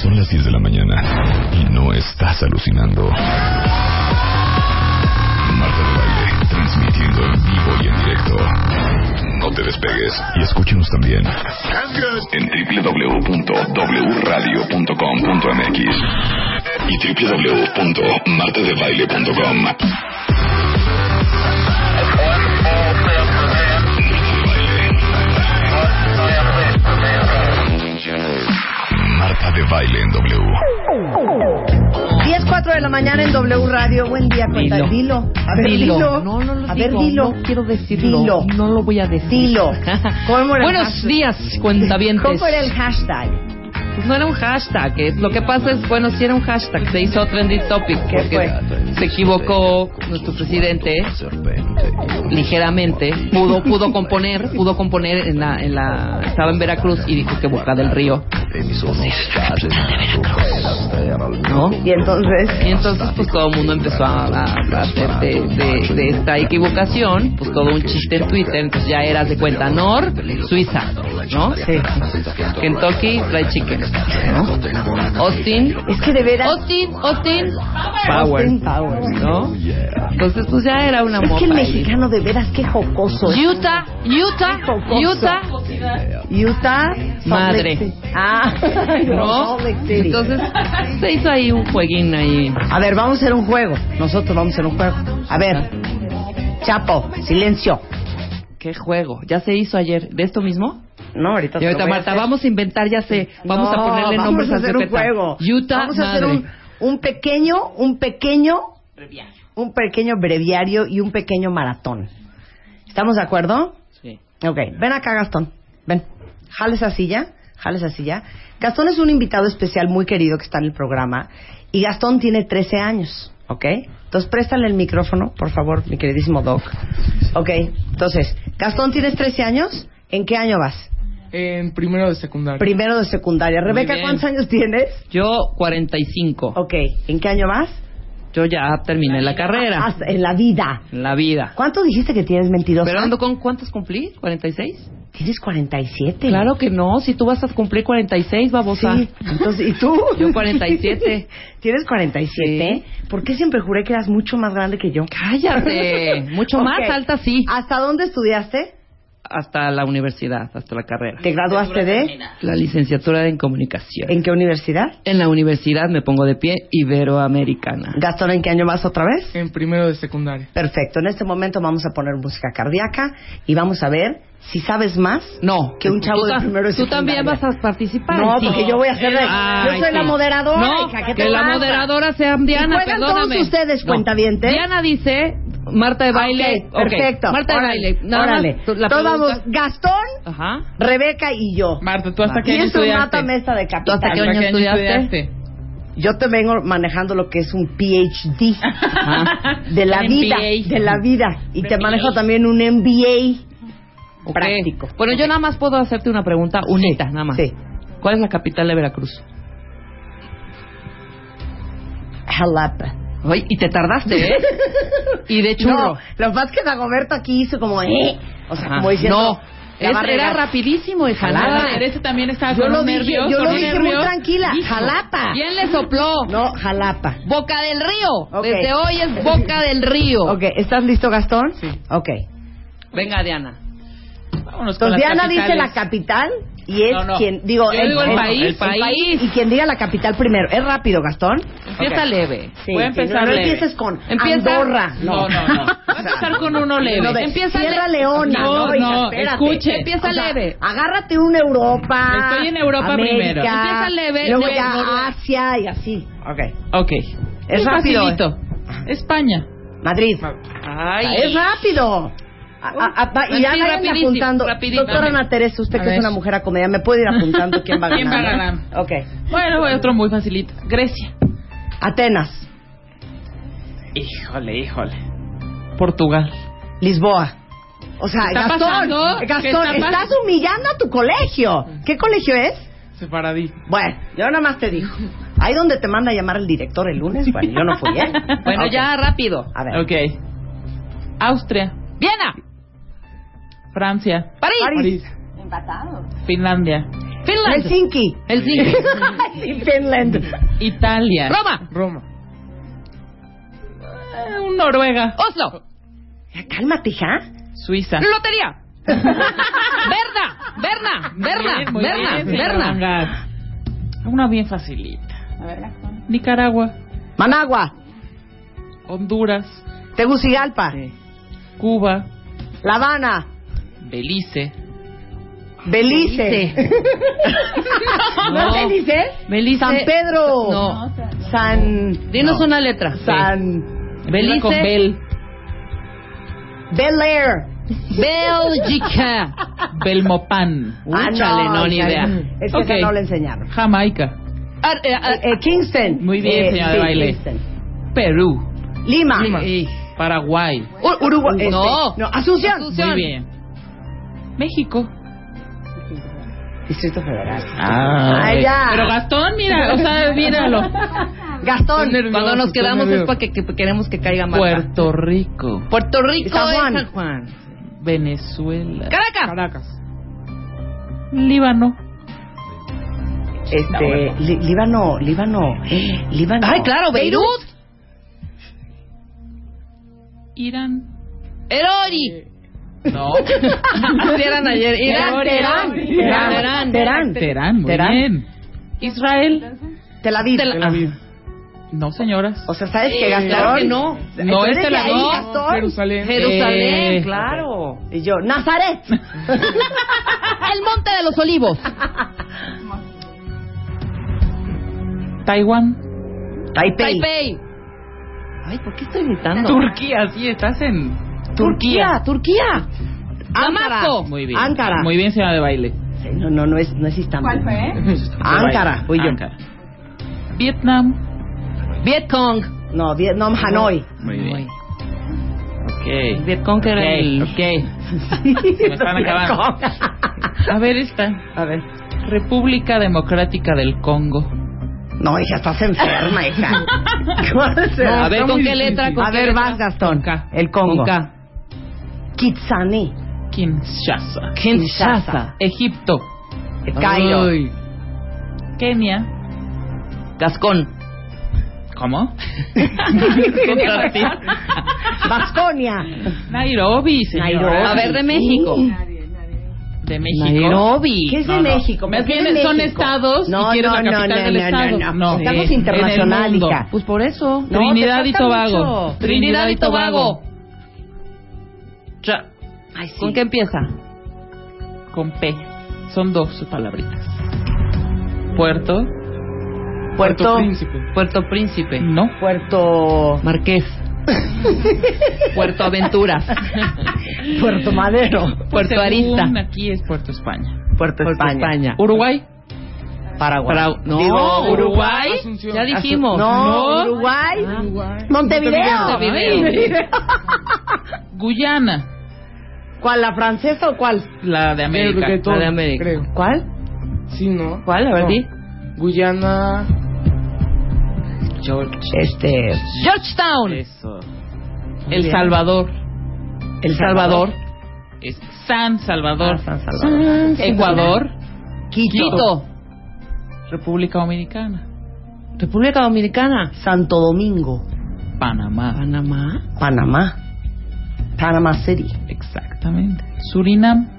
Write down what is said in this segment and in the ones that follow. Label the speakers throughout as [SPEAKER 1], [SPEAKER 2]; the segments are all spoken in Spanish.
[SPEAKER 1] Son las 10 de la mañana y no estás alucinando. Marta de Baile, transmitiendo en vivo y en directo. No te despegues y escúchenos también en www.wradio.com.mx y www.martadebaile.com. Marta de Baile en W.
[SPEAKER 2] 10, 4 de la mañana en W Radio. Buen día, cuenta.
[SPEAKER 3] Dilo.
[SPEAKER 2] Dilo. A ver, dilo.
[SPEAKER 3] No, no lo
[SPEAKER 2] A ver,
[SPEAKER 3] digo,
[SPEAKER 2] dilo.
[SPEAKER 3] No quiero decirlo.
[SPEAKER 2] Dilo.
[SPEAKER 3] No lo voy a decir.
[SPEAKER 2] Dilo. ¿Cómo era el
[SPEAKER 3] Buenos
[SPEAKER 2] hashtag?
[SPEAKER 3] días, cuentavientes.
[SPEAKER 2] ¿Cómo era el hashtag?
[SPEAKER 3] Pues no era un hashtag. eh. Lo que pasa es, bueno, sí era un hashtag. Se hizo trending topic
[SPEAKER 2] ¿Qué
[SPEAKER 3] porque
[SPEAKER 2] fue?
[SPEAKER 3] se equivocó nuestro presidente ligeramente. Pudo, pudo componer, pudo componer en la, en la, estaba en Veracruz y dijo que Boca del Río. ¿No?
[SPEAKER 2] Y entonces,
[SPEAKER 3] Y entonces, pues todo el mundo empezó a, a- a hacer de, de- de esta equivocación, pues todo un chiste en Twitter. Entonces ya eras de cuenta Nor, Suiza, ¿no?
[SPEAKER 2] Sí.
[SPEAKER 3] Kentucky, Fried Chicken, ¿no? Austin,
[SPEAKER 2] es que de veras.
[SPEAKER 3] Austin, Austin, Power,
[SPEAKER 2] Austin Powers.
[SPEAKER 3] ¿no? Entonces, pues ya era una
[SPEAKER 2] Es
[SPEAKER 3] moda.
[SPEAKER 2] que el
[SPEAKER 3] ahí.
[SPEAKER 2] mexicano de veras qué jocoso es.
[SPEAKER 3] Utah, Utah, Utah.
[SPEAKER 2] Utah, Salt
[SPEAKER 3] Madre.
[SPEAKER 2] Lake City. Ah,
[SPEAKER 3] ¿No?
[SPEAKER 2] Salt Lake City.
[SPEAKER 3] Entonces se hizo ahí un jueguín ahí.
[SPEAKER 2] a ver, vamos a hacer un juego. Nosotros vamos a hacer un juego. A ver, Chapo, silencio.
[SPEAKER 3] ¿Qué juego? ¿Ya se hizo ayer? ¿De esto mismo?
[SPEAKER 2] No, ahorita. te
[SPEAKER 3] Y
[SPEAKER 2] lo
[SPEAKER 3] ahorita,
[SPEAKER 2] voy a
[SPEAKER 3] Marta,
[SPEAKER 2] hacer.
[SPEAKER 3] vamos a inventar, ya sé. Vamos
[SPEAKER 2] No,
[SPEAKER 3] a ponerle
[SPEAKER 2] vamos
[SPEAKER 3] nombres
[SPEAKER 2] a hacer un
[SPEAKER 3] Zepeta.
[SPEAKER 2] juego.
[SPEAKER 3] Utah,
[SPEAKER 2] vamos a hacer
[SPEAKER 3] madre.
[SPEAKER 2] un, un pequeño, un pequeño, un pequeño breviario y un pequeño maratón. ¿Estamos de acuerdo?
[SPEAKER 3] Sí.
[SPEAKER 2] Ok, ven acá Gastón, ven, jale esa silla, jale esa silla. Gastón es un invitado especial muy querido que está en el programa y Gastón tiene 13 años, ¿ok? Entonces préstale el micrófono, por favor, mi queridísimo Doc. Ok, entonces, Gastón, ¿tienes 13 años? ¿En qué año vas?
[SPEAKER 4] En primero de secundaria.
[SPEAKER 2] Primero de secundaria.
[SPEAKER 3] Muy
[SPEAKER 2] Rebeca,
[SPEAKER 3] bien.
[SPEAKER 2] ¿cuántos años tienes?
[SPEAKER 3] Yo, 45.
[SPEAKER 2] Ok, Ah, ¿en qué año vas?
[SPEAKER 3] Yo ya terminé la carrera.
[SPEAKER 2] Hasta en la vida.
[SPEAKER 3] En la vida.
[SPEAKER 2] ¿Cuánto dijiste que tienes mentirosa?
[SPEAKER 3] Pero ando con cuántos cumplí? ¿46?
[SPEAKER 2] Tienes 47.
[SPEAKER 3] Claro que no. Si tú vas a cumplir 46, babosa.
[SPEAKER 2] Sí, entonces, ¿y tú?
[SPEAKER 3] Yo 47.
[SPEAKER 2] ¿Tienes 47? ¿Por qué siempre juré que eras mucho más grande que yo?
[SPEAKER 3] Cállate. Mucho más
[SPEAKER 2] Ok. Ah.
[SPEAKER 3] alta, sí.
[SPEAKER 2] ¿Hasta dónde estudiaste?
[SPEAKER 3] Hasta la universidad, hasta la carrera.
[SPEAKER 2] ¿Te graduaste de?
[SPEAKER 3] La licenciatura en comunicación.
[SPEAKER 2] ¿En qué universidad?
[SPEAKER 3] En la universidad me pongo de pie iberoamericana.
[SPEAKER 2] Gastón, ¿en qué año vas otra vez?
[SPEAKER 4] En primero de secundaria.
[SPEAKER 2] Perfecto, en este momento vamos a poner música cardíaca y vamos a ver si sabes más
[SPEAKER 3] No.
[SPEAKER 2] que un chavo
[SPEAKER 3] Tú
[SPEAKER 2] de
[SPEAKER 3] ta-
[SPEAKER 2] primero de
[SPEAKER 3] Tú también vas
[SPEAKER 2] secundaria.
[SPEAKER 3] a participar.
[SPEAKER 2] No,
[SPEAKER 3] sí.
[SPEAKER 2] porque yo voy a ser la- yo
[SPEAKER 3] Ay,
[SPEAKER 2] soy la moderadora,
[SPEAKER 3] No,
[SPEAKER 2] hija, ¿qué te
[SPEAKER 3] que la
[SPEAKER 2] pasa?
[SPEAKER 3] moderadora sea Diana,
[SPEAKER 2] Y juegan todos
[SPEAKER 3] perdóname.
[SPEAKER 2] ustedes, cuentavientes. Ah,
[SPEAKER 3] Diana dice, Marta de
[SPEAKER 2] Ok,
[SPEAKER 3] baile. ok,
[SPEAKER 2] perfecto.
[SPEAKER 3] Marta de
[SPEAKER 2] Órale,
[SPEAKER 3] baile. Nada más
[SPEAKER 2] órale.
[SPEAKER 3] tú- la
[SPEAKER 2] Entonces
[SPEAKER 3] pregunta-
[SPEAKER 2] vamos, Gastón,
[SPEAKER 3] Ajá.
[SPEAKER 2] Rebeca y yo.
[SPEAKER 4] Marta, ¿tú hasta qué
[SPEAKER 2] y
[SPEAKER 4] año
[SPEAKER 2] es un
[SPEAKER 4] estudiaste?
[SPEAKER 2] mata mesa de
[SPEAKER 3] ¿Tú hasta qué
[SPEAKER 2] capital.
[SPEAKER 3] año
[SPEAKER 4] ¿Hasta
[SPEAKER 3] estudiaste?
[SPEAKER 2] Yo te vengo manejando lo que es un PhD
[SPEAKER 3] Ajá.
[SPEAKER 2] de la
[SPEAKER 3] Un
[SPEAKER 2] vida,
[SPEAKER 3] MBA.
[SPEAKER 2] de la vida, y te manejo también un MBA
[SPEAKER 3] Ok.
[SPEAKER 2] práctico.
[SPEAKER 3] Bueno, yo nada más puedo hacerte una pregunta, unita, nada más.
[SPEAKER 2] Sí.
[SPEAKER 3] ¿Cuál es la capital de Veracruz?
[SPEAKER 2] Jalapa.
[SPEAKER 3] Ay, y te tardaste, ¿eh? y de churro.
[SPEAKER 2] No, lo más que Dagoberto aquí hizo como eh, o sea,
[SPEAKER 3] Ajá.
[SPEAKER 2] como diciendo
[SPEAKER 3] no,
[SPEAKER 2] la
[SPEAKER 3] es-
[SPEAKER 2] va a
[SPEAKER 3] era
[SPEAKER 2] regar.
[SPEAKER 3] rapidísimo, hija.
[SPEAKER 2] Jalapa.
[SPEAKER 3] nada.
[SPEAKER 4] Ese también estaba
[SPEAKER 2] Yo
[SPEAKER 4] con
[SPEAKER 2] lo
[SPEAKER 4] un
[SPEAKER 2] dije,
[SPEAKER 4] nervio,
[SPEAKER 2] yo
[SPEAKER 4] con
[SPEAKER 2] lo
[SPEAKER 4] un
[SPEAKER 2] dije
[SPEAKER 4] nervio.
[SPEAKER 2] muy tranquila,
[SPEAKER 3] Hijo.
[SPEAKER 2] Jalapa.
[SPEAKER 3] ¿Quién le sopló?
[SPEAKER 2] No, Jalapa.
[SPEAKER 3] Boca del Río.
[SPEAKER 2] Ok.
[SPEAKER 3] Desde hoy es Boca del Río.
[SPEAKER 2] Ok, ¿estás listo, Gastón? Sí. Ok.
[SPEAKER 3] Venga, Diana.
[SPEAKER 4] Vámonos con
[SPEAKER 2] Entonces
[SPEAKER 4] las
[SPEAKER 2] Diana dice
[SPEAKER 4] capitales.
[SPEAKER 2] la capital y es
[SPEAKER 4] No, no.
[SPEAKER 2] quien digo,
[SPEAKER 3] Yo digo el país,
[SPEAKER 2] el
[SPEAKER 3] país.
[SPEAKER 2] y quien diga la capital primero. Es rápido, Gastón.
[SPEAKER 3] Empieza leve.
[SPEAKER 2] Sí,
[SPEAKER 4] Voy a
[SPEAKER 2] sí,
[SPEAKER 4] empezar
[SPEAKER 2] no, no
[SPEAKER 4] leve.
[SPEAKER 2] empieces con
[SPEAKER 3] Empieza-
[SPEAKER 2] Andorra.
[SPEAKER 4] No, no, no. Voy a empezar con uno leve.
[SPEAKER 2] No, de
[SPEAKER 3] Empieza
[SPEAKER 2] Sierra
[SPEAKER 3] le-
[SPEAKER 2] Leona.
[SPEAKER 4] No,
[SPEAKER 2] hija,
[SPEAKER 4] no,
[SPEAKER 2] espérate.
[SPEAKER 4] escuche.
[SPEAKER 3] Empieza leve.
[SPEAKER 2] Agárrate un Europa.
[SPEAKER 4] Estoy en Europa
[SPEAKER 2] América,
[SPEAKER 4] primero.
[SPEAKER 3] Empieza leve,
[SPEAKER 2] Luego
[SPEAKER 3] luego
[SPEAKER 2] ya
[SPEAKER 3] Noruega.
[SPEAKER 2] Asia y así. Ok.
[SPEAKER 4] Ok.
[SPEAKER 2] Es
[SPEAKER 4] Muy
[SPEAKER 2] rápido, ¿eh?
[SPEAKER 4] facilito. España.
[SPEAKER 2] Madrid.
[SPEAKER 3] Ay.
[SPEAKER 2] Es rápido. A- a- a-
[SPEAKER 4] Pues
[SPEAKER 2] va- y ya
[SPEAKER 3] Sí,
[SPEAKER 2] vayan
[SPEAKER 3] rapidísimo,
[SPEAKER 2] apuntando.
[SPEAKER 3] rapidito.
[SPEAKER 2] Doctora Ana Teresa, usted
[SPEAKER 4] A
[SPEAKER 2] que es
[SPEAKER 4] ver.
[SPEAKER 2] una mujer acomedia, ¿me puede ir apuntando quién va a
[SPEAKER 4] ¿Quién va
[SPEAKER 2] ganar?
[SPEAKER 4] ganando?
[SPEAKER 2] Ok.
[SPEAKER 4] Bueno, voy a otro muy facilito. Grecia.
[SPEAKER 2] Atenas,
[SPEAKER 4] Híjole, híjole. Portugal.
[SPEAKER 2] Lisboa. O sea,
[SPEAKER 4] ¿Está
[SPEAKER 2] Gastón,
[SPEAKER 4] pasando? ¿Qué
[SPEAKER 2] Gastón,
[SPEAKER 4] está
[SPEAKER 2] estás
[SPEAKER 4] pasando?
[SPEAKER 2] humillando a tu colegio. ¿Qué colegio es?
[SPEAKER 4] Separadí.
[SPEAKER 2] Bueno, yo nada más te digo. Ahí donde te manda a llamar el director el lunes, bueno, yo no fui, ¿eh?
[SPEAKER 3] Bueno,
[SPEAKER 2] Ok.
[SPEAKER 3] ya rápido.
[SPEAKER 2] A ver.
[SPEAKER 4] Ok. Austria.
[SPEAKER 3] Viena.
[SPEAKER 4] Francia.
[SPEAKER 3] París.
[SPEAKER 2] París.
[SPEAKER 4] Finlandia.
[SPEAKER 3] Finland.
[SPEAKER 2] Helsinki.
[SPEAKER 3] Helsinki.
[SPEAKER 2] Sí, Finland.
[SPEAKER 4] Italia.
[SPEAKER 3] Roma.
[SPEAKER 4] Roma. Eh, Noruega.
[SPEAKER 3] Oslo.
[SPEAKER 2] Ya, cálmate, hija.
[SPEAKER 4] Suiza.
[SPEAKER 3] Lotería. Berna. Berna. Berna.
[SPEAKER 4] Muy bien,
[SPEAKER 3] Berna.
[SPEAKER 4] muy bien, señora
[SPEAKER 3] Berna.
[SPEAKER 4] Ongad. Una bien facilita. Nicaragua.
[SPEAKER 2] Managua.
[SPEAKER 4] Honduras.
[SPEAKER 2] Tegucigalpa.
[SPEAKER 4] Cuba.
[SPEAKER 2] La Habana.
[SPEAKER 4] Belice.
[SPEAKER 2] Belice. ¿No
[SPEAKER 3] No.
[SPEAKER 2] Belice?
[SPEAKER 3] Belice.
[SPEAKER 2] San Pedro.
[SPEAKER 3] Eh, No.
[SPEAKER 2] San.
[SPEAKER 3] Dinos una letra.
[SPEAKER 2] San.
[SPEAKER 3] Belice.
[SPEAKER 4] Iba Con Bel.
[SPEAKER 2] Bel Air.
[SPEAKER 3] Bélgica.
[SPEAKER 4] Ah, Belmopan.
[SPEAKER 2] Ah,
[SPEAKER 3] Úchale, no, ni
[SPEAKER 2] hija,
[SPEAKER 3] idea.
[SPEAKER 2] Es que
[SPEAKER 4] Ok.
[SPEAKER 2] esa no le enseñaron.
[SPEAKER 4] Jamaica.
[SPEAKER 3] Ar- eh, ar-
[SPEAKER 2] Eh, eh, Kingston.
[SPEAKER 4] Muy bien,
[SPEAKER 2] Eh,
[SPEAKER 4] señora
[SPEAKER 2] sí,
[SPEAKER 4] de baile.
[SPEAKER 2] Kingston.
[SPEAKER 4] Perú.
[SPEAKER 2] Lima.
[SPEAKER 3] eh,
[SPEAKER 4] Paraguay.
[SPEAKER 2] U- Uruguay. este,
[SPEAKER 3] No.
[SPEAKER 2] no. Asunción.
[SPEAKER 3] Asunción.
[SPEAKER 4] Muy bien. México.
[SPEAKER 2] Distrito Federal.
[SPEAKER 4] Ah,
[SPEAKER 2] Ay, ya.
[SPEAKER 4] Pero Gastón, mira, o sea, míralo.
[SPEAKER 2] Gastón.
[SPEAKER 4] Estoy nervioso,
[SPEAKER 3] Cuando nos
[SPEAKER 4] estoy
[SPEAKER 3] quedamos es
[SPEAKER 4] nervioso.
[SPEAKER 3] porque que- queremos que caiga más.
[SPEAKER 4] Puerto Rico,
[SPEAKER 3] Puerto Rico
[SPEAKER 2] San Juan.
[SPEAKER 3] es San Juan.
[SPEAKER 4] Venezuela,
[SPEAKER 3] Caracas.
[SPEAKER 4] Líbano,
[SPEAKER 2] Este, Lí- Líbano, Líbano, eh, Líbano.
[SPEAKER 3] Ay, claro, Beirut.
[SPEAKER 4] Irán.
[SPEAKER 3] Erori.
[SPEAKER 4] No.
[SPEAKER 3] Así eran ayer. Irán.
[SPEAKER 2] Terán, Terán,
[SPEAKER 3] Terán.
[SPEAKER 2] Terán,
[SPEAKER 4] Terán, muy
[SPEAKER 2] Terán.
[SPEAKER 4] bien. Israel.
[SPEAKER 2] Tel Aviv.
[SPEAKER 3] Tel Aviv. Eh,
[SPEAKER 4] No, señoras.
[SPEAKER 2] O sea, ¿sabes qué, Gastón?
[SPEAKER 3] Claro que no.
[SPEAKER 4] No,
[SPEAKER 2] ¿Tú eres
[SPEAKER 4] es Tel
[SPEAKER 2] de ahí,
[SPEAKER 4] Aviv.
[SPEAKER 2] Gastón?
[SPEAKER 3] Jerusalén,
[SPEAKER 4] Eh,
[SPEAKER 3] claro.
[SPEAKER 2] Y yo, Nazaret.
[SPEAKER 3] El Monte de los Olivos.
[SPEAKER 4] Taiwán.
[SPEAKER 2] Taipei.
[SPEAKER 3] Taipei. Ay, ¿por qué estoy gritando?
[SPEAKER 4] Turquía, sí, estás en Turquía.
[SPEAKER 3] Turquía.
[SPEAKER 2] Ankara.
[SPEAKER 3] Damasco.
[SPEAKER 4] Muy bien.
[SPEAKER 2] Ankara.
[SPEAKER 4] Muy bien, señora de baile.
[SPEAKER 2] Sí, No, no, no es, no es Istambul. Ankara,
[SPEAKER 4] Voy
[SPEAKER 2] voy yo.
[SPEAKER 4] Vietnam.
[SPEAKER 3] Vietcong.
[SPEAKER 2] No, Vietnam, Hanoi.
[SPEAKER 4] Muy bien. Ok.
[SPEAKER 3] Vietcong era el...
[SPEAKER 4] Ok. ok. me están acabando. A ver esta.
[SPEAKER 2] A ver.
[SPEAKER 4] República Democrática del Congo.
[SPEAKER 2] No, hija, estás enferma, hija. ¿Cuál será?
[SPEAKER 3] a ver, ¿con qué letra? ¿Con
[SPEAKER 2] A
[SPEAKER 3] qué
[SPEAKER 2] ver,
[SPEAKER 3] letra?
[SPEAKER 2] vas, Gastón.
[SPEAKER 4] Con K.
[SPEAKER 2] El Congo.
[SPEAKER 4] Con K.
[SPEAKER 2] Kitsani.
[SPEAKER 4] Kinshasa.
[SPEAKER 2] Kinshasa.
[SPEAKER 4] Egipto.
[SPEAKER 2] Cairo.
[SPEAKER 4] Ay. Kenia.
[SPEAKER 3] Gascón.
[SPEAKER 4] ¿Cómo?
[SPEAKER 3] Contra ti.
[SPEAKER 2] Vasconia.
[SPEAKER 4] Nairobi, señora.
[SPEAKER 2] Nairobi.
[SPEAKER 3] A ver, de México.
[SPEAKER 4] De México.
[SPEAKER 3] Nairobi.
[SPEAKER 2] ¿Qué es de
[SPEAKER 4] No, no.
[SPEAKER 2] México?
[SPEAKER 4] Más
[SPEAKER 2] ¿Por qué
[SPEAKER 4] bien
[SPEAKER 2] de
[SPEAKER 4] son
[SPEAKER 2] México?
[SPEAKER 4] estados y
[SPEAKER 2] No,
[SPEAKER 4] quieres
[SPEAKER 2] no,
[SPEAKER 4] la
[SPEAKER 2] no,
[SPEAKER 4] capital
[SPEAKER 2] no,
[SPEAKER 4] del
[SPEAKER 2] no, no,
[SPEAKER 4] estado.
[SPEAKER 2] no.
[SPEAKER 4] No.
[SPEAKER 2] Estamos
[SPEAKER 4] Sí.
[SPEAKER 2] internacional,
[SPEAKER 4] En el mundo.
[SPEAKER 2] hija.
[SPEAKER 3] Pues por eso.
[SPEAKER 2] No,
[SPEAKER 4] Trinidad
[SPEAKER 2] te
[SPEAKER 4] y
[SPEAKER 2] falta
[SPEAKER 4] Tobago.
[SPEAKER 2] mucho.
[SPEAKER 3] Trinidad y Tobago.
[SPEAKER 4] Tra-
[SPEAKER 2] Ay, sí.
[SPEAKER 3] ¿Con qué empieza?
[SPEAKER 4] Con P. Son dos palabritas. Puerto.
[SPEAKER 2] Puerto.
[SPEAKER 4] Príncipe.
[SPEAKER 3] Puerto Príncipe.
[SPEAKER 4] No.
[SPEAKER 2] Puerto.
[SPEAKER 3] Marqués. Puerto Aventuras.
[SPEAKER 2] Puerto Madero.
[SPEAKER 3] Puerto
[SPEAKER 4] Según
[SPEAKER 3] Arista.
[SPEAKER 4] Aquí es Puerto España.
[SPEAKER 2] Puerto
[SPEAKER 3] España.
[SPEAKER 4] Uruguay.
[SPEAKER 2] Paraguay.
[SPEAKER 3] Para- no,
[SPEAKER 2] Digo,
[SPEAKER 3] Uruguay.
[SPEAKER 4] Asunción.
[SPEAKER 3] Ya dijimos.
[SPEAKER 2] No,
[SPEAKER 4] No.
[SPEAKER 2] Uruguay.
[SPEAKER 4] Uruguay.
[SPEAKER 2] Montevideo.
[SPEAKER 3] Ah, Montevideo.
[SPEAKER 2] Montevideo.
[SPEAKER 4] Guyana.
[SPEAKER 2] ¿Cuál, la francesa o cuál?
[SPEAKER 4] La de América.
[SPEAKER 5] Creo que todo,
[SPEAKER 3] de América.
[SPEAKER 5] creo.
[SPEAKER 2] ¿Cuál?
[SPEAKER 5] Sí, ¿no?
[SPEAKER 3] ¿Cuál? A ver,
[SPEAKER 5] No.
[SPEAKER 3] di.
[SPEAKER 5] Guyana.
[SPEAKER 2] Este.
[SPEAKER 3] Georgetown.
[SPEAKER 4] Eso.
[SPEAKER 3] El
[SPEAKER 4] Bien.
[SPEAKER 3] Salvador.
[SPEAKER 2] El
[SPEAKER 3] Salvador.
[SPEAKER 4] Es San Salvador.
[SPEAKER 2] Ah, San Salvador. Eh,
[SPEAKER 4] Ecuador.
[SPEAKER 2] Quito.
[SPEAKER 3] Mm, Quito.
[SPEAKER 4] República Dominicana.
[SPEAKER 3] República Dominicana.
[SPEAKER 2] Santo Domingo.
[SPEAKER 4] Panamá.
[SPEAKER 3] Panamá.
[SPEAKER 2] Panamá. Panama City.
[SPEAKER 4] Exactamente. Surinam.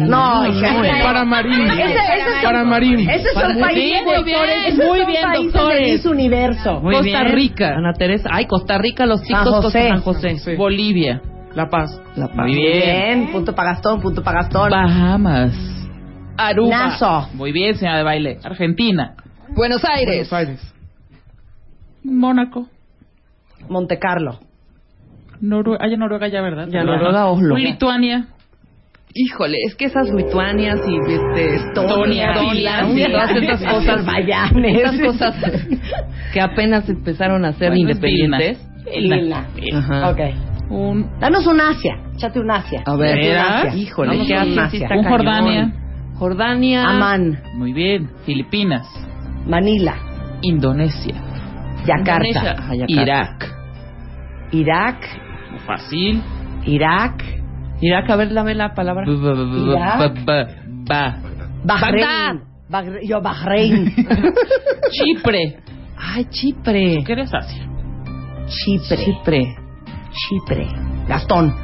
[SPEAKER 2] No, hija.
[SPEAKER 5] Paramarín.
[SPEAKER 2] Ese- ese es-
[SPEAKER 5] Paramarín.
[SPEAKER 2] Esos son
[SPEAKER 3] Muy
[SPEAKER 2] países
[SPEAKER 3] bien, muy bien,
[SPEAKER 2] doctores. Esos
[SPEAKER 3] muy
[SPEAKER 2] son
[SPEAKER 3] bien,
[SPEAKER 2] países
[SPEAKER 3] doctores.
[SPEAKER 2] de Miss Universo.
[SPEAKER 4] Muy
[SPEAKER 3] Costa
[SPEAKER 4] bien.
[SPEAKER 3] Rica. Ana Teresa. Ay, Costa Rica, los chicos.
[SPEAKER 2] San José.
[SPEAKER 3] Costa- San José.
[SPEAKER 5] San José.
[SPEAKER 4] Bolivia.
[SPEAKER 5] La Paz.
[SPEAKER 3] La
[SPEAKER 4] Muy bien.
[SPEAKER 2] Punto para Gastón, punto para Gastón.
[SPEAKER 4] Bahamas. Aruba.
[SPEAKER 2] Nassau.
[SPEAKER 4] Muy bien, señora de baile. Argentina.
[SPEAKER 3] Buenos Aires.
[SPEAKER 5] Buenos Aires.
[SPEAKER 4] Mónaco.
[SPEAKER 2] Monte Carlo.
[SPEAKER 4] Noruega. Ah, ya Noruega ya, ¿verdad?
[SPEAKER 3] Ya, Noruega, Oslo.
[SPEAKER 4] Lituania.
[SPEAKER 3] Híjole, es que esas lituanias y este,
[SPEAKER 4] Estonia,
[SPEAKER 3] Estonia, Finlandia,
[SPEAKER 4] Finlandia,
[SPEAKER 3] todas estas cosas,
[SPEAKER 2] vayanes.
[SPEAKER 3] estas cosas que apenas empezaron a ser
[SPEAKER 4] Bueno, es
[SPEAKER 3] independientes.
[SPEAKER 4] Vilna.
[SPEAKER 2] Vilna.
[SPEAKER 4] Vilna.
[SPEAKER 3] Ajá.
[SPEAKER 2] Ok.
[SPEAKER 4] Un,
[SPEAKER 2] Danos un Asia. Échate un Asia.
[SPEAKER 3] A ver,
[SPEAKER 2] Échate un Asia.
[SPEAKER 3] híjole,
[SPEAKER 2] Vamos
[SPEAKER 3] ¿qué
[SPEAKER 2] con un
[SPEAKER 3] haces?
[SPEAKER 2] Asia.
[SPEAKER 3] Sí está
[SPEAKER 4] un
[SPEAKER 3] cañón.
[SPEAKER 4] Jordania.
[SPEAKER 3] Jordania,
[SPEAKER 2] Amán,
[SPEAKER 4] Muy bien. Filipinas.
[SPEAKER 2] Manila,
[SPEAKER 4] Indonesia.
[SPEAKER 2] Yakarta,
[SPEAKER 3] Indonesia, ajá, Ah, Yakarta.
[SPEAKER 4] Irak.
[SPEAKER 2] Irak,
[SPEAKER 4] Fácil.
[SPEAKER 2] Irak,
[SPEAKER 4] Pues,
[SPEAKER 3] Irak, a ver, dame la palabra. pues,
[SPEAKER 4] B- b- b-
[SPEAKER 2] Irak.
[SPEAKER 4] b- b- ba-
[SPEAKER 2] Bahrein,
[SPEAKER 3] Bagdad.
[SPEAKER 2] Bahre- yo, Bahrein.
[SPEAKER 3] Chipre. Ay, Chipre.
[SPEAKER 4] ¿Qué eres Asia?
[SPEAKER 2] Chipre.
[SPEAKER 3] Chipre.
[SPEAKER 2] Chipre. Gastón.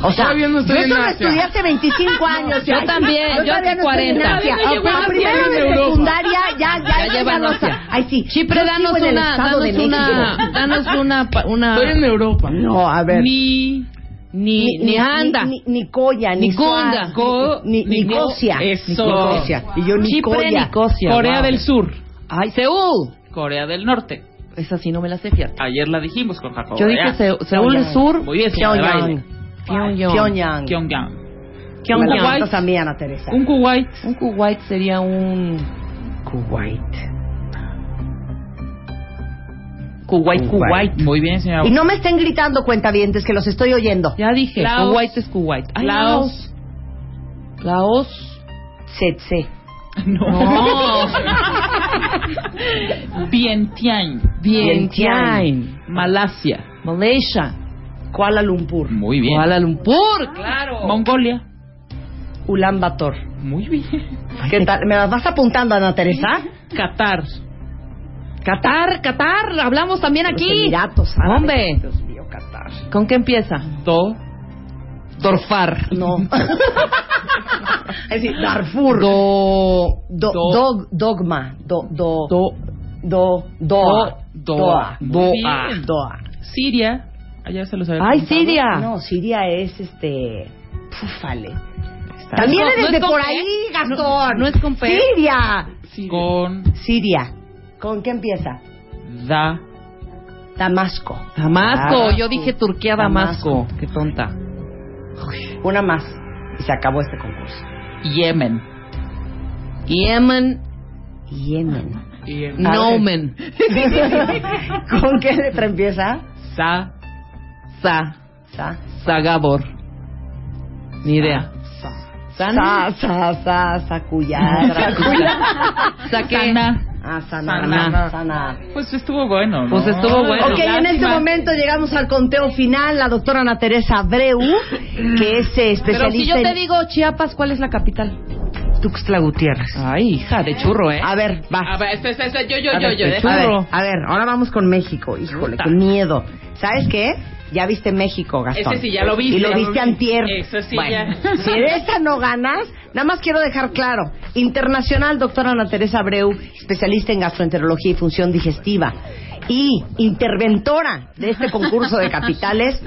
[SPEAKER 2] O sea,
[SPEAKER 5] Todavía
[SPEAKER 2] yo
[SPEAKER 5] no estoy en
[SPEAKER 2] esto lo
[SPEAKER 5] Asia.
[SPEAKER 2] estudiaste 25 años.
[SPEAKER 3] yo
[SPEAKER 2] ya.
[SPEAKER 3] también, yo
[SPEAKER 2] todavía
[SPEAKER 3] hace
[SPEAKER 2] no estoy en
[SPEAKER 3] 40.
[SPEAKER 2] Asia.
[SPEAKER 3] Yo llevo
[SPEAKER 2] A
[SPEAKER 3] Asia
[SPEAKER 2] primero
[SPEAKER 3] en
[SPEAKER 2] de
[SPEAKER 3] Europa.
[SPEAKER 2] secundaria, ya, ya,
[SPEAKER 3] Ya llevan
[SPEAKER 2] no
[SPEAKER 3] Asia.
[SPEAKER 2] sé. Ay, sí.
[SPEAKER 3] Chipre,
[SPEAKER 2] Yo
[SPEAKER 3] danos
[SPEAKER 2] sigo en el
[SPEAKER 3] una,
[SPEAKER 2] Estado de
[SPEAKER 3] danos una,
[SPEAKER 2] México.
[SPEAKER 3] danos una, pa- una.
[SPEAKER 5] Estoy en Europa.
[SPEAKER 2] No, a ver.
[SPEAKER 3] Ni, ni, ni, anda.
[SPEAKER 2] Ni, ni, ni Coya, ni
[SPEAKER 3] Niconda.
[SPEAKER 2] Suaz, ni, ni,
[SPEAKER 4] Nico-
[SPEAKER 2] Nicosia.
[SPEAKER 4] Eso.
[SPEAKER 2] Nicosia. Y yo
[SPEAKER 3] Chipre,
[SPEAKER 2] Nicoya.
[SPEAKER 3] Nicosia.
[SPEAKER 4] Corea
[SPEAKER 3] wow.
[SPEAKER 4] del Sur.
[SPEAKER 3] Ay, Seúl.
[SPEAKER 4] Corea del Norte.
[SPEAKER 3] Esa sí no me la sé, fíjate.
[SPEAKER 4] Ayer la dijimos con Jacob.
[SPEAKER 3] Yo dije
[SPEAKER 4] ¿verdad?
[SPEAKER 3] Seu- Seúl
[SPEAKER 2] Pyongyang.
[SPEAKER 3] Sur.
[SPEAKER 4] Oh, Muy bien, señora de
[SPEAKER 3] Pyongyang.
[SPEAKER 4] baile.
[SPEAKER 3] Pyongyang.
[SPEAKER 2] Pyongyang.
[SPEAKER 4] Pyongyang.
[SPEAKER 2] Me la
[SPEAKER 3] Pyongyang.
[SPEAKER 2] mandas a mí, Ana Teresa.
[SPEAKER 4] Un Kuwait.
[SPEAKER 3] Un Kuwait sería un
[SPEAKER 2] Kuwait.
[SPEAKER 3] Kuwait, Kuwait.
[SPEAKER 4] Muy bien, señora.
[SPEAKER 2] Y no me estén gritando cuentavientes que los estoy oyendo.
[SPEAKER 3] Ya dije,
[SPEAKER 4] Laos.
[SPEAKER 3] Kuwait es Kuwait. Ay,
[SPEAKER 4] Laos.
[SPEAKER 3] Laos.
[SPEAKER 2] Tsetse.
[SPEAKER 3] No.
[SPEAKER 4] Vientiane.
[SPEAKER 3] Vientiane.
[SPEAKER 4] Malasia.
[SPEAKER 3] Malaysia.
[SPEAKER 2] Kuala Lumpur.
[SPEAKER 4] Muy bien.
[SPEAKER 3] Kuala Lumpur, claro.
[SPEAKER 4] Mongolia.
[SPEAKER 2] Ulan Bator.
[SPEAKER 4] Muy bien.
[SPEAKER 2] ¿Qué tal? ¿Me las vas apuntando, Ana Teresa?
[SPEAKER 4] Qatar.
[SPEAKER 3] Qatar, Qatar, hablamos también
[SPEAKER 2] Los
[SPEAKER 3] aquí.
[SPEAKER 2] Emiratos Árabes.
[SPEAKER 3] Hombre.
[SPEAKER 2] Dios mío, Qatar.
[SPEAKER 3] ¿Con qué empieza?
[SPEAKER 4] Do.
[SPEAKER 3] Dorfar.
[SPEAKER 2] No. es decir, Darfur.
[SPEAKER 3] Do.
[SPEAKER 2] Do-
[SPEAKER 4] do-
[SPEAKER 2] dog- dogma. Do, do,
[SPEAKER 4] Do.
[SPEAKER 2] do- doa.
[SPEAKER 4] do-
[SPEAKER 2] Doa.
[SPEAKER 4] Muy bien.
[SPEAKER 2] Doa.
[SPEAKER 4] Siria. Ayer se los había
[SPEAKER 3] Ay,
[SPEAKER 4] contado.
[SPEAKER 3] Siria.
[SPEAKER 2] No, Siria es este. Púfale.
[SPEAKER 4] Está
[SPEAKER 2] También
[SPEAKER 3] No,
[SPEAKER 2] eres
[SPEAKER 3] no es
[SPEAKER 2] de
[SPEAKER 3] con
[SPEAKER 2] por
[SPEAKER 3] P.
[SPEAKER 2] ahí, Gastón.
[SPEAKER 3] No, no es con P.
[SPEAKER 2] Siria.
[SPEAKER 4] Con
[SPEAKER 2] Siria. ¿Con qué empieza?
[SPEAKER 4] da.
[SPEAKER 2] Damasco.
[SPEAKER 3] Damasco.
[SPEAKER 2] Damasco.
[SPEAKER 3] Yo dije Turquía, Damasco. Qué tonta.
[SPEAKER 2] Una más. Y se acabó este concurso.
[SPEAKER 4] Yemen.
[SPEAKER 3] Yemen,
[SPEAKER 2] Yemen.
[SPEAKER 3] Nomen.
[SPEAKER 2] ¿Con qué letra empieza?
[SPEAKER 4] Sa.
[SPEAKER 3] Sa.
[SPEAKER 2] Sa.
[SPEAKER 3] Sagabor. Ni idea.
[SPEAKER 2] Sa.
[SPEAKER 3] San-
[SPEAKER 2] Sa, sa, sa, sacuyadra.
[SPEAKER 3] Saque.
[SPEAKER 4] Sana.
[SPEAKER 2] Ah,
[SPEAKER 4] Sana.
[SPEAKER 2] sana, sana.
[SPEAKER 4] Pues estuvo bueno, ¿no?
[SPEAKER 3] Pues estuvo bueno.
[SPEAKER 2] Ok, en este
[SPEAKER 4] Lástima.
[SPEAKER 2] momento llegamos al conteo final. La doctora Ana Teresa Abreu, que es eh, especialista
[SPEAKER 3] Pero si yo te
[SPEAKER 2] en
[SPEAKER 3] digo Chiapas, ¿cuál es la capital?
[SPEAKER 2] Tuxtla Gutiérrez.
[SPEAKER 3] Ay, hija de churro, ¿eh?
[SPEAKER 2] A ver, Ah, va.
[SPEAKER 4] A ver, este, este, este, yo, yo,
[SPEAKER 3] A
[SPEAKER 4] yo,
[SPEAKER 3] ver,
[SPEAKER 4] yo.
[SPEAKER 3] te
[SPEAKER 4] deja-
[SPEAKER 2] A ver,
[SPEAKER 3] Churro.
[SPEAKER 2] a ver, ahora vamos con México. Híjole,
[SPEAKER 4] Puta.
[SPEAKER 2] qué miedo. ¿Sabes qué? Ya viste México, Gastón.
[SPEAKER 4] Ese sí ya lo viste.
[SPEAKER 2] Y lo viste
[SPEAKER 4] vi.
[SPEAKER 2] antier.
[SPEAKER 4] Eso sí
[SPEAKER 2] Bueno,
[SPEAKER 4] ya.
[SPEAKER 2] si de esta no ganas, nada más quiero dejar claro. Internacional, doctora Ana Teresa Abreu, especialista en gastroenterología y función digestiva. Y interventora de este concurso de capitales.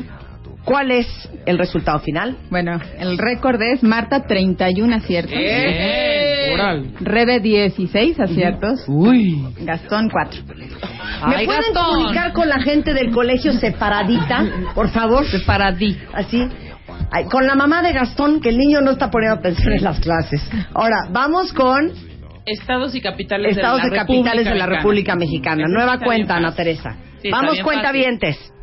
[SPEAKER 2] ¿Cuál es el resultado final?
[SPEAKER 6] Bueno, el récord es Marta 31 aciertos.
[SPEAKER 4] ¡Eh!
[SPEAKER 5] Oral.
[SPEAKER 6] Rebe 16 aciertos.
[SPEAKER 4] Uy.
[SPEAKER 6] Gastón 4.
[SPEAKER 2] ¿Me
[SPEAKER 3] Ay,
[SPEAKER 2] pueden
[SPEAKER 3] Gastón.
[SPEAKER 2] comunicar con la gente del colegio separadita, por favor?
[SPEAKER 3] Paradí.
[SPEAKER 2] así. Ay, con la mamá de Gastón, que el niño no está poniendo atención en las clases. Ahora, vamos con
[SPEAKER 4] Estados y capitales
[SPEAKER 2] estados
[SPEAKER 4] de
[SPEAKER 2] de
[SPEAKER 4] la
[SPEAKER 2] capitales de
[SPEAKER 4] República
[SPEAKER 2] la
[SPEAKER 4] Mexicana.
[SPEAKER 2] República Mexicana.
[SPEAKER 4] Ese
[SPEAKER 2] Nueva
[SPEAKER 4] está
[SPEAKER 2] cuenta,
[SPEAKER 4] bien
[SPEAKER 2] Ana
[SPEAKER 4] fácil.
[SPEAKER 2] Teresa.
[SPEAKER 4] Sí, está
[SPEAKER 2] vamos,
[SPEAKER 4] bien
[SPEAKER 2] cuenta
[SPEAKER 4] fácil.
[SPEAKER 2] vientes.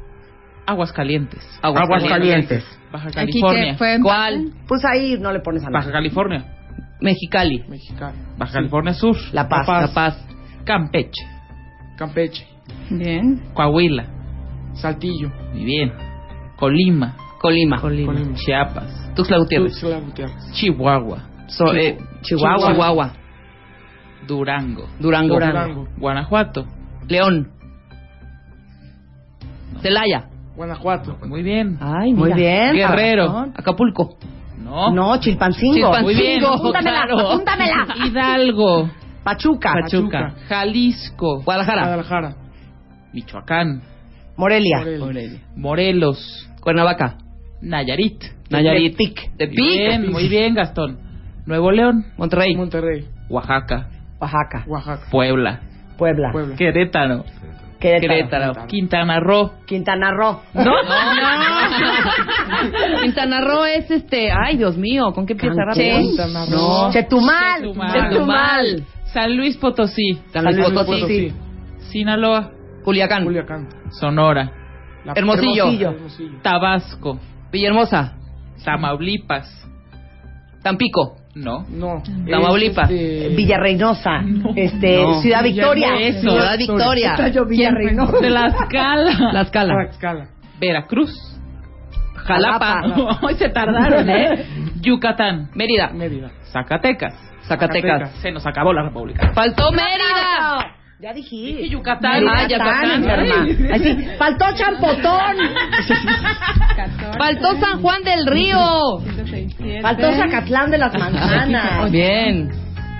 [SPEAKER 4] Aguascalientes.
[SPEAKER 2] Aguascalientes.
[SPEAKER 4] Baja
[SPEAKER 6] Aquí que
[SPEAKER 4] California.
[SPEAKER 6] fue empate.
[SPEAKER 3] ¿Cuál?
[SPEAKER 2] Pues ahí no le pones a
[SPEAKER 4] Baja
[SPEAKER 2] nada.
[SPEAKER 4] California.
[SPEAKER 3] Mexicali.
[SPEAKER 5] Mexicano.
[SPEAKER 4] Baja California Sur.
[SPEAKER 2] La Paz.
[SPEAKER 3] La Paz.
[SPEAKER 4] Campeche.
[SPEAKER 5] Campeche.
[SPEAKER 6] Bien.
[SPEAKER 4] Coahuila.
[SPEAKER 5] Saltillo.
[SPEAKER 4] Muy bien. Colima.
[SPEAKER 3] Colima.
[SPEAKER 5] Colima.
[SPEAKER 4] Chiapas.
[SPEAKER 3] Tuxtla Gutiérrez.
[SPEAKER 5] Tuxtla Gutiérrez.
[SPEAKER 4] Chihuahua.
[SPEAKER 3] So- eh,
[SPEAKER 5] Chihuahua.
[SPEAKER 3] Chihuahua. Chihuahua.
[SPEAKER 4] Durango.
[SPEAKER 3] Durango.
[SPEAKER 5] Durango.
[SPEAKER 4] Guanajuato.
[SPEAKER 3] León. Celaya.
[SPEAKER 5] Guanajuato.
[SPEAKER 4] Muy bien.
[SPEAKER 3] Ay,
[SPEAKER 2] Muy bien.
[SPEAKER 4] Guerrero.
[SPEAKER 3] Acapulco.
[SPEAKER 4] No.
[SPEAKER 2] No, Chilpancingo.
[SPEAKER 4] Muy bien.
[SPEAKER 2] Apúntamela,
[SPEAKER 4] Claro.
[SPEAKER 2] apúntamela.
[SPEAKER 4] Hidalgo.
[SPEAKER 2] Pachuca,
[SPEAKER 4] Pachuca. Jalisco.
[SPEAKER 3] Guadalajara.
[SPEAKER 5] Guadalajara.
[SPEAKER 4] Michoacán.
[SPEAKER 3] Ah,
[SPEAKER 2] Morelia,
[SPEAKER 5] Morelia.
[SPEAKER 4] Morelos.
[SPEAKER 3] Cuernavaca.
[SPEAKER 4] Nayarit.
[SPEAKER 3] Nayarit.
[SPEAKER 2] Tepic.
[SPEAKER 3] De
[SPEAKER 4] Muy bien, muy bien, Gastón. Nuevo León.
[SPEAKER 3] Monterrey.
[SPEAKER 5] Monterrey.
[SPEAKER 4] Oaxaca.
[SPEAKER 2] Oaxaca,
[SPEAKER 5] Oaxaca.
[SPEAKER 4] Puebla.
[SPEAKER 2] Puebla,
[SPEAKER 5] Puebla.
[SPEAKER 4] Querétaro.
[SPEAKER 2] Querétaro,
[SPEAKER 4] Querétaro. Quintana Roo.
[SPEAKER 2] Quintana Roo,
[SPEAKER 3] No, no. Quintana Roo es este. Ay, Dios mío, ¿con qué empieza
[SPEAKER 2] Cancún.
[SPEAKER 3] rápido?
[SPEAKER 5] Quintana Roo.
[SPEAKER 4] No.
[SPEAKER 2] Chetumal,
[SPEAKER 4] Chetumal.
[SPEAKER 2] Chetumal,
[SPEAKER 4] San Luis Potosí.
[SPEAKER 3] San Luis
[SPEAKER 5] San Luis
[SPEAKER 3] Potosí.
[SPEAKER 5] Potosí.
[SPEAKER 4] Sinaloa.
[SPEAKER 3] Culiacán.
[SPEAKER 5] Culiacán.
[SPEAKER 4] Sonora.
[SPEAKER 5] La-
[SPEAKER 3] Hermosillo.
[SPEAKER 5] Hermosillo.
[SPEAKER 4] Tabasco.
[SPEAKER 3] Villahermosa.
[SPEAKER 4] Tamaulipas.
[SPEAKER 3] Tampico.
[SPEAKER 4] No.
[SPEAKER 5] No.
[SPEAKER 3] Tamaulipas.
[SPEAKER 5] este-
[SPEAKER 2] Villarreynosa, este,
[SPEAKER 3] No.
[SPEAKER 2] Ciudad Victoria,
[SPEAKER 4] Eso.
[SPEAKER 3] Ciudad Victoria.
[SPEAKER 2] Está yo Villarreynosa.
[SPEAKER 4] Tlaxcala.
[SPEAKER 3] Tlaxcala.
[SPEAKER 5] Tlaxcala.
[SPEAKER 4] Veracruz.
[SPEAKER 3] Jalapa.
[SPEAKER 4] Hoy se tardaron, ¿eh? Yucatán.
[SPEAKER 3] Mérida.
[SPEAKER 5] Mérida.
[SPEAKER 4] Zacatecas.
[SPEAKER 3] Zacatecas.
[SPEAKER 4] Se nos acabó la República.
[SPEAKER 3] Faltó Mérida.
[SPEAKER 2] Ya dije.
[SPEAKER 4] Dije Yucatán.
[SPEAKER 2] Ah,
[SPEAKER 3] Ah, Yucatán.
[SPEAKER 2] enferma. Ay, sí. Faltó Champotón.
[SPEAKER 3] Faltó San Juan del Río.
[SPEAKER 2] Faltó Zacatlán de las Manzanas.
[SPEAKER 3] Bien.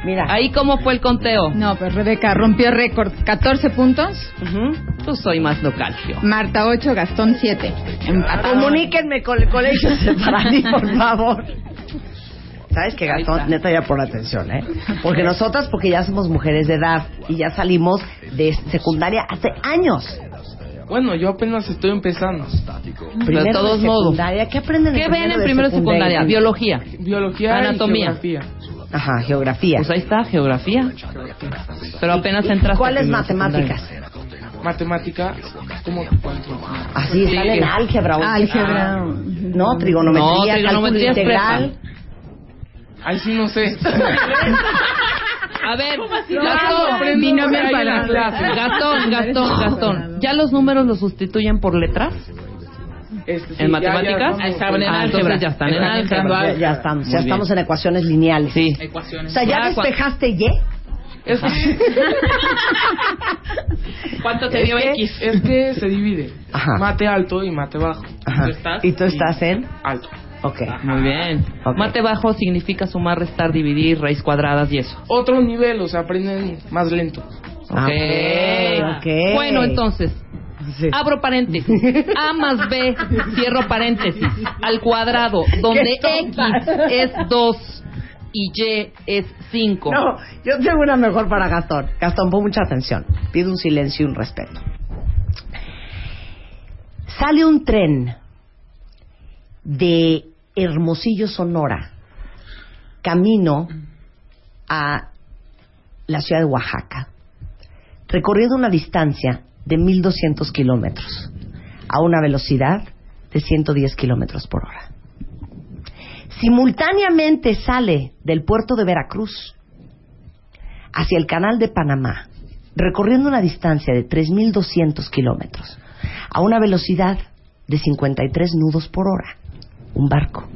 [SPEAKER 2] Mira.
[SPEAKER 3] Ahí cómo fue el conteo.
[SPEAKER 6] No, pues Rebeca rompió récord. 14 puntos.
[SPEAKER 2] Ujú.
[SPEAKER 3] Yo soy más local. yo.
[SPEAKER 6] Marta 8, Gastón 7.
[SPEAKER 3] Ah.
[SPEAKER 2] Comuníquenme con el colegio Separati, por favor. ¿Sabes qué,
[SPEAKER 3] Ahí
[SPEAKER 2] Gastón?
[SPEAKER 3] está.
[SPEAKER 2] Neta, ya por atención, ¿eh? Porque nosotras, porque ya somos mujeres de edad y ya salimos de secundaria hace años.
[SPEAKER 5] Bueno, yo apenas estoy empezando.
[SPEAKER 2] Primero de
[SPEAKER 3] todos modos.
[SPEAKER 2] secundaria. ¿Qué aprenden en
[SPEAKER 3] ¿Qué ven en
[SPEAKER 2] de
[SPEAKER 3] primero de secundaria? Biología.
[SPEAKER 5] Biología
[SPEAKER 3] Anatomía.
[SPEAKER 5] y geografía.
[SPEAKER 2] Ajá, geografía.
[SPEAKER 3] Pues ahí está, geografía. Pero apenas entraste.
[SPEAKER 2] ¿Cuáles
[SPEAKER 3] primero de
[SPEAKER 2] matemáticas?
[SPEAKER 3] secundaria.
[SPEAKER 5] Matemática, como cuatro.
[SPEAKER 2] Así
[SPEAKER 3] Sí,
[SPEAKER 2] salen
[SPEAKER 3] que-
[SPEAKER 2] álgebra. o- Ah.
[SPEAKER 6] Álgebra.
[SPEAKER 2] No, trigonometría,
[SPEAKER 3] No, trigonometría
[SPEAKER 2] cálculo
[SPEAKER 3] es
[SPEAKER 2] integral.
[SPEAKER 5] Ahí sí no sé.
[SPEAKER 3] A ver,
[SPEAKER 5] No,
[SPEAKER 3] Gastón,
[SPEAKER 5] aprendo
[SPEAKER 3] binomio
[SPEAKER 5] ahí en la
[SPEAKER 3] cuadrado.
[SPEAKER 5] clase.
[SPEAKER 3] Gastón, Gastón, Gastón. ¿Ya los números los sustituyen por letras?
[SPEAKER 5] Este, sí,
[SPEAKER 3] ¿En
[SPEAKER 5] ya- ya
[SPEAKER 3] matemáticas?
[SPEAKER 5] vamos.
[SPEAKER 4] Ahí estaban en
[SPEAKER 3] Ah,
[SPEAKER 4] álgebra.
[SPEAKER 3] entonces ya están en
[SPEAKER 4] Están
[SPEAKER 3] álgebra.
[SPEAKER 4] entrando a
[SPEAKER 2] Ya,
[SPEAKER 4] álgebra.
[SPEAKER 2] ya estamos,
[SPEAKER 3] Muy
[SPEAKER 2] ya
[SPEAKER 3] bien.
[SPEAKER 2] estamos en ecuaciones lineales.
[SPEAKER 3] Sí.
[SPEAKER 2] O
[SPEAKER 4] Ecuaciones.
[SPEAKER 2] sea, ¿ya
[SPEAKER 3] Ah, cua-
[SPEAKER 2] despejaste Y?
[SPEAKER 5] Es que,
[SPEAKER 4] ¿Cuánto te dio
[SPEAKER 2] Es que-
[SPEAKER 4] X?
[SPEAKER 5] es que se divide.
[SPEAKER 2] Ajá.
[SPEAKER 5] Mate alto y mate bajo.
[SPEAKER 2] Ajá.
[SPEAKER 4] ¿Tú estás?
[SPEAKER 2] ¿Y tú estás en?
[SPEAKER 5] Alto.
[SPEAKER 2] Ok.
[SPEAKER 3] Muy bien.
[SPEAKER 2] Ok.
[SPEAKER 3] Mate bajo significa sumar, restar, dividir, raíz cuadradas y eso.
[SPEAKER 5] Otro nivel, o sea, aprenden más lento.
[SPEAKER 2] Ah,
[SPEAKER 3] Ok.
[SPEAKER 2] ok.
[SPEAKER 3] Bueno, entonces,
[SPEAKER 2] Sí.
[SPEAKER 3] abro paréntesis. A más B, cierro paréntesis. Al cuadrado, donde
[SPEAKER 2] Qué
[SPEAKER 3] X
[SPEAKER 2] tonta.
[SPEAKER 3] es 2 y Y es 5.
[SPEAKER 2] No, yo tengo una mejor para Gastón. Gastón, pon mucha atención. Pido un silencio y un respeto. Sale un tren de Hermosillo, Sonora, camino a la ciudad de Oaxaca, recorriendo una distancia de 1.200 kilómetros a una velocidad de 110 kilómetros por hora. Simultáneamente sale del puerto de Veracruz hacia el canal de Panamá, recorriendo una distancia de 3.200 kilómetros, a una velocidad de 53 nudos por hora, un barco.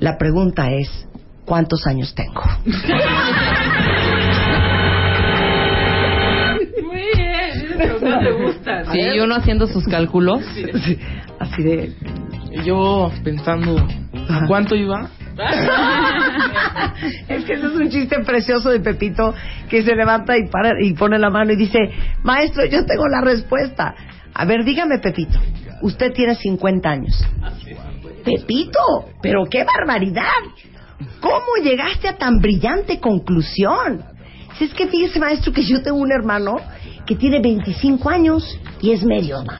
[SPEAKER 2] La pregunta es, ¿cuántos años tengo?
[SPEAKER 3] Sí,
[SPEAKER 2] ¿eh?
[SPEAKER 3] y uno haciendo sus cálculos.
[SPEAKER 2] Así de...
[SPEAKER 5] Y yo pensando,
[SPEAKER 2] Ah.
[SPEAKER 5] ¿a ¿cuánto iba?
[SPEAKER 2] Es que ese es un chiste precioso de Pepito que se levanta y, para, y pone la mano y dice, maestro, yo tengo la respuesta. A ver, dígame, Pepito, usted tiene 50 años. Pepito, pero qué barbaridad. ¿Cómo llegaste a tan brillante conclusión? Si es que fíjese, maestro, que yo tengo un hermano que tiene 25 años y es medio hermano.